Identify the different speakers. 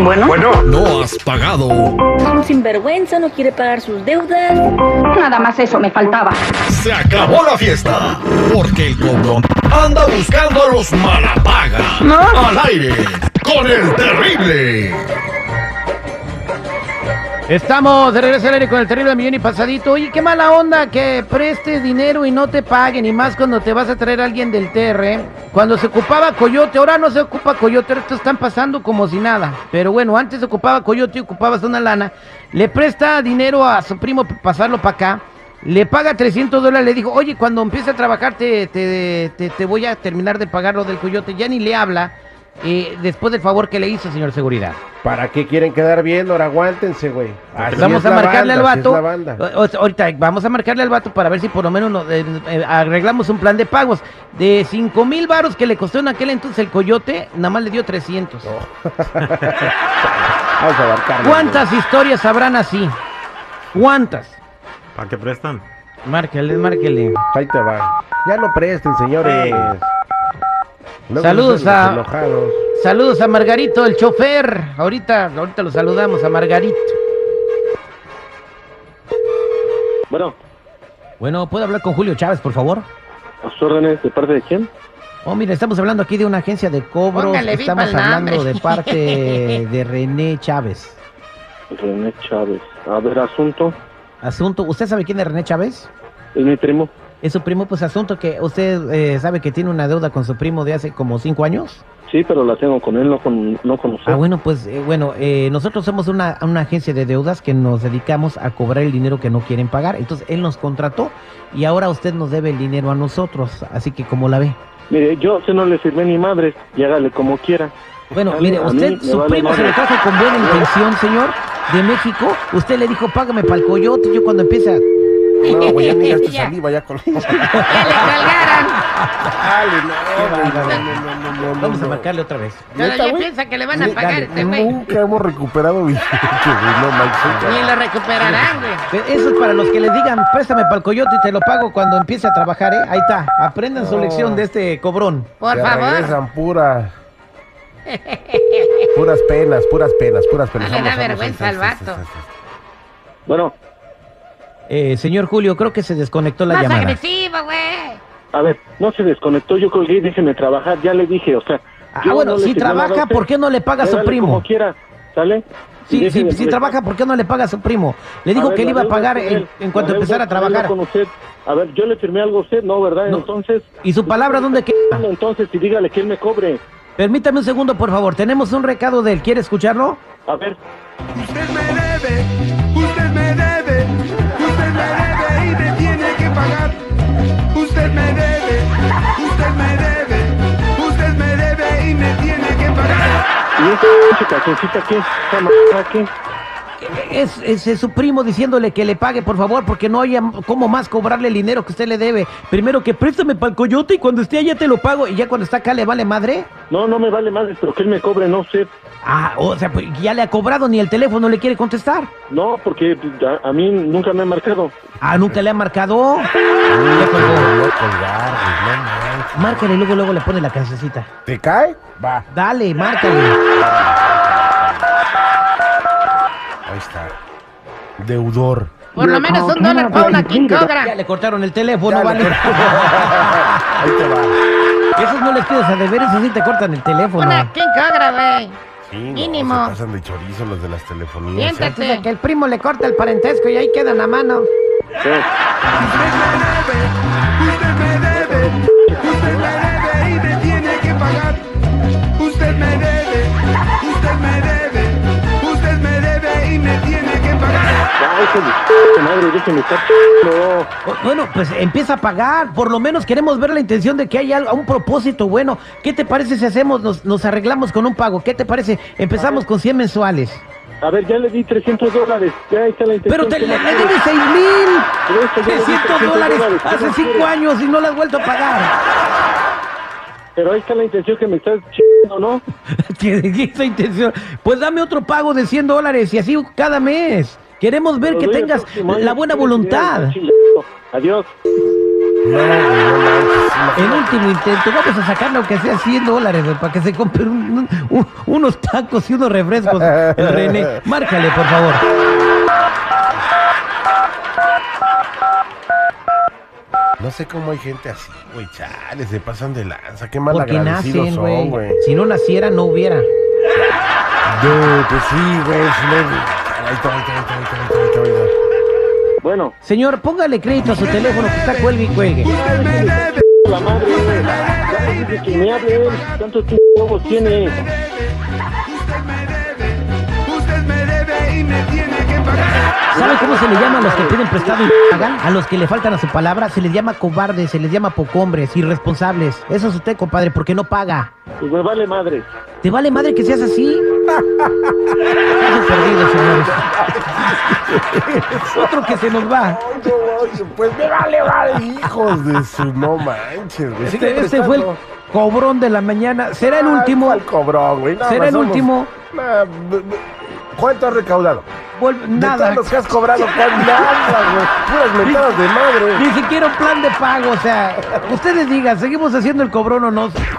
Speaker 1: Bueno. Bueno.
Speaker 2: No has pagado.
Speaker 3: Un sinvergüenza no quiere pagar sus deudas.
Speaker 4: Nada más eso me faltaba.
Speaker 2: Se acabó la fiesta. Porque el cobrón anda buscando a los malapagas.
Speaker 1: ¿No?
Speaker 2: Al aire. Con el terrible.
Speaker 5: Estamos de regreso al aire con el terrible millón y pasadito. Oye, qué mala onda que prestes dinero y no te paguen, y más cuando te vas a traer a alguien del TR. Cuando se ocupaba Coyote, ahora no se ocupa Coyote, ahora te están pasando como si nada. Pero bueno, antes se ocupaba Coyote y ocupabas una lana. Le presta dinero a su primo para pasarlo para acá. Le paga 300 dólares, le dijo, oye, cuando empiece a trabajar te, te, te, te voy a terminar de pagar lo del Coyote. Ya ni le habla eh, después del favor que le hizo, señor Seguridad.
Speaker 6: ¿Para qué quieren quedar bien? Ahora aguántense, güey. Así
Speaker 5: Ah, vamos
Speaker 6: es
Speaker 5: a
Speaker 6: la
Speaker 5: marcarle
Speaker 6: banda, así es la
Speaker 5: al
Speaker 6: banda.
Speaker 5: vato. O- o- ahorita vamos a marcarle al vato para ver si por lo menos nos, eh, eh, arreglamos un plan de pagos. De 5 mil varos que le costó en aquel entonces el coyote, nada más le dio 300.
Speaker 6: Vamos a abarcarlo.
Speaker 5: ¿Cuántas historias habrán así? ¿Cuántas?
Speaker 7: ¿Para qué prestan?
Speaker 5: Márquele, márquele.
Speaker 6: Ahí te va. Ya no presten, señores. Luego
Speaker 5: Saludos
Speaker 6: no sean los
Speaker 5: a-
Speaker 6: enojados.
Speaker 5: Saludos a Margarito, el chofer. Ahorita, ahorita lo saludamos a Margarito.
Speaker 8: Bueno,
Speaker 5: Bueno, ¿puedo hablar con Julio Chávez, por favor?
Speaker 8: a sus órdenes, ¿de parte de quién?
Speaker 5: Oh, mira, estamos hablando aquí de una agencia de cobros.
Speaker 4: Póngale viva
Speaker 5: estamos
Speaker 4: el
Speaker 5: hablando
Speaker 4: nombre.
Speaker 5: de parte de René Chávez.
Speaker 8: René Chávez. A ver, asunto.
Speaker 5: Asunto, ¿usted sabe quién es René Chávez?
Speaker 8: Es mi primo.
Speaker 5: Es su primo, pues asunto que usted eh, sabe que tiene una deuda con su primo de hace como cinco años.
Speaker 8: Sí, pero la tengo con él, no con, no con usted.
Speaker 5: Ah, bueno, pues eh, bueno, eh, nosotros somos una, una agencia de deudas que nos dedicamos a cobrar el dinero que no quieren pagar. Entonces él nos contrató y ahora usted nos debe el dinero a nosotros. Así que, como la ve?
Speaker 8: Mire, yo si no le sirve ni madre, y hágale como quiera.
Speaker 5: Bueno,
Speaker 8: A mí-
Speaker 5: mire,
Speaker 8: a
Speaker 5: usted,
Speaker 8: mí me
Speaker 5: su
Speaker 8: vale
Speaker 5: primo se
Speaker 8: madre.
Speaker 5: le trajo con buena intención, señor, de México. Usted le dijo, págame para el coyote. Yo cuando empieza,
Speaker 6: No, güey, ya me gasté
Speaker 4: Ya.
Speaker 6: saliva, ya con...
Speaker 4: ¡Que le colgaran!
Speaker 6: Dale, no, güey, no, no, no, no, no,
Speaker 5: vamos a
Speaker 6: no.
Speaker 5: marcarle otra vez.
Speaker 4: Pero
Speaker 6: Neta,
Speaker 4: ya
Speaker 6: güey,
Speaker 4: piensa que le van a
Speaker 6: ne-
Speaker 4: pagar
Speaker 6: dale,
Speaker 4: este güey.
Speaker 6: Nunca hemos recuperado billete, güey, no
Speaker 4: Ni
Speaker 6: manches.
Speaker 4: lo recuperarán, güey.
Speaker 5: Eso es para los que les digan, préstame para el coyote y te lo pago cuando empiece a trabajar, ¿eh? Ahí está, aprendan su
Speaker 6: No.
Speaker 5: lección de este cobrón.
Speaker 4: Por
Speaker 6: Te
Speaker 4: favor.
Speaker 6: regresan pura- Puras penas, puras penas, puras penas.
Speaker 4: No le da
Speaker 6: Vamos, vamos,
Speaker 4: vergüenza
Speaker 6: sí,
Speaker 4: al
Speaker 6: sí, sí,
Speaker 4: vato.
Speaker 6: sí, sí,
Speaker 8: Bueno,
Speaker 5: Eh, señor Julio, creo que se desconectó la
Speaker 4: Más
Speaker 5: llamada.
Speaker 4: agresivo, güey.
Speaker 8: a ver, no se desconectó, yo colgué y déjeme trabajar, ya le dije, o sea.
Speaker 5: Ah,
Speaker 8: yo
Speaker 5: bueno,
Speaker 8: no le
Speaker 5: si
Speaker 8: sirvo nada a
Speaker 5: trabaja,
Speaker 8: usted.
Speaker 5: ¿por qué no le paga a su
Speaker 8: Hágale
Speaker 5: primo?
Speaker 8: Como quiera, ¿sale? Y
Speaker 5: Sí, sí,
Speaker 8: deje de
Speaker 5: sí
Speaker 8: molestar.
Speaker 5: trabaja, ¿por qué no le paga a su primo? Le dijo
Speaker 8: ver,
Speaker 5: que le
Speaker 8: la
Speaker 5: iba a
Speaker 8: deuda
Speaker 5: pagar
Speaker 8: con
Speaker 5: en,
Speaker 8: él,
Speaker 5: en cuanto
Speaker 8: la deuda
Speaker 5: empezara a
Speaker 8: con él,
Speaker 5: trabajar.
Speaker 8: Con usted. A ver, yo le firmé algo a usted, ¿no, verdad?
Speaker 5: No.
Speaker 8: Entonces,
Speaker 5: ¿Y su palabra dónde queda?
Speaker 8: entonces, y dígale que él me cobre.
Speaker 5: Permítame un segundo, por favor. Tenemos un recado de él. ¿Quiere escucharlo?
Speaker 8: A ver,
Speaker 9: Usted me debe, usted me debe, usted me debe y me tiene que pagar. Usted me debe, usted me debe, usted me debe y me tiene que pagar.
Speaker 8: ¿y esta pinche calzoncita qué? ¿Esta mamada qué?
Speaker 5: Es, es- es su primo diciéndole que le pague, por favor, porque no haya cómo más cobrarle el dinero que usted le debe. Primero que préstame para el coyote y cuando esté allá te lo pago. Y ya cuando está acá le vale madre.
Speaker 8: No, no me vale madre, pero que él me cobre, no usted.
Speaker 5: Ah, o sea, pues ya le ha cobrado ni el teléfono le quiere contestar.
Speaker 8: No, porque pues, a, a mí nunca me ha marcado.
Speaker 5: Ah, nunca le ha marcado. Ya
Speaker 6: sí. Te
Speaker 5: colgó.
Speaker 6: voy a colgar, güey, no manches.
Speaker 5: Márcale, luego, luego le pone la cancioncita.
Speaker 6: ¿Te cae? Va,
Speaker 5: Dale, márcale.
Speaker 6: ahí está. Deudor.
Speaker 4: Por lo menos un dólar para una quien
Speaker 5: Ya
Speaker 4: cobra.
Speaker 5: le cortaron el teléfono,
Speaker 6: Ya le
Speaker 5: vale.
Speaker 6: Ahí te va.
Speaker 5: Esos no les pides a deber, esos sí te cortan el teléfono.
Speaker 4: Una quien cobra, güey.
Speaker 6: Sí, no,
Speaker 4: Mínimo.
Speaker 6: se pasan de chorizo los de las telefonías. ¿eh?
Speaker 4: Siéntate.
Speaker 5: el primo le corta el parentesco y ahí quedan a mano.
Speaker 8: Pero,
Speaker 9: Usted me debe, usted me debe, usted me debe y me tiene que pagar. Usted me debe, usted me debe, usted me debe y me tiene que pagar.
Speaker 8: ya, hijo de su madre, déjeme estar. No,
Speaker 5: Bueno, pues empieza a pagar. Por lo menos queremos ver la intención de que haya algo- un propósito bueno. ¿Qué te parece si hacemos, nos, nos arreglamos con un pago? ¿Qué te parece? Empezamos con 100 mensuales.
Speaker 8: a ver, ya le di 300 dólares. Ya ahí está la intención.
Speaker 5: Pero te,
Speaker 8: ¿Qué
Speaker 5: le,
Speaker 8: más
Speaker 5: le
Speaker 8: quieres?
Speaker 5: debes 6 mil.
Speaker 8: Por eso ya le di
Speaker 5: 300 dólares
Speaker 8: ¿Qué
Speaker 5: hace
Speaker 8: más
Speaker 5: 5
Speaker 8: quieres?
Speaker 5: años y no las has vuelto a pagar.
Speaker 8: Pero ahí está la intención que me estás chingando, ¿no?
Speaker 5: Tiene esa intención. Pues dame otro pago de 100 dólares y así cada mes. Queremos ver
Speaker 8: Pero
Speaker 5: que
Speaker 8: doy el
Speaker 5: tengas
Speaker 8: próximo año,
Speaker 5: la buena
Speaker 8: ¿quieres? Ya,
Speaker 5: voluntad.
Speaker 8: chingado. Adiós.
Speaker 6: No, güey, no manches,
Speaker 5: El
Speaker 6: imagínate.
Speaker 5: último intento, vamos a sacar lo que sea 100 dólares, güey, para que se compre un- un- un- unos tacos y unos refrescos. El René, márcale, por favor.
Speaker 6: No sé cómo hay gente así, güey, chale, Ah, se pasan de lanza,
Speaker 5: Porque
Speaker 6: qué malagradecidos
Speaker 5: nacen,
Speaker 6: son,
Speaker 5: güey.
Speaker 6: güey.
Speaker 5: Si no naciera, no hubiera.
Speaker 6: Dude, pues sí, güey, si no... Ahí está, ahí está, ahí está, ahí está, ahí está, ahí está.
Speaker 8: Bueno,
Speaker 5: Señor, póngale crédito a su teléfono que está cuelgue y cuelgue.
Speaker 9: Usted me debe,
Speaker 8: la madre, ya no dice que me hable, tantos ch- huevos tiene.
Speaker 9: usted me debe, usted me debe y me tiene que pagar.
Speaker 5: ¿Sabe cómo se le llama a los que piden prestado y pagan? A los que le faltan a su palabra se les llama cobardes, se les llama pocombres, irresponsables. Eso es usted, compadre, porque no paga.
Speaker 8: Pues me vale madre.
Speaker 5: ¿Te vale madre que seas así? Caso perdido, señores. Otro que se nos va.
Speaker 6: Ay, no, no, Pues me vale, vale, hijos de su no manches, güey. Sigue
Speaker 5: Este, este fue el
Speaker 6: prestando.
Speaker 5: cobrón de la mañana. ¿Será el último?
Speaker 6: Al cobrón, güey. Nada
Speaker 5: ¿Será
Speaker 6: más
Speaker 5: el
Speaker 6: somos-
Speaker 5: último?
Speaker 6: Nah, b- b- ¿Cuánto has recaudado?
Speaker 5: Vuelve-
Speaker 6: De
Speaker 5: Nada.
Speaker 6: todos los que has cobrado, ¿cuál? nada, güey. Puras mentadas de madre.
Speaker 5: Ni siquiera un plan de pago. O sea, ustedes digan, ¿seguimos haciendo el cobrón o no?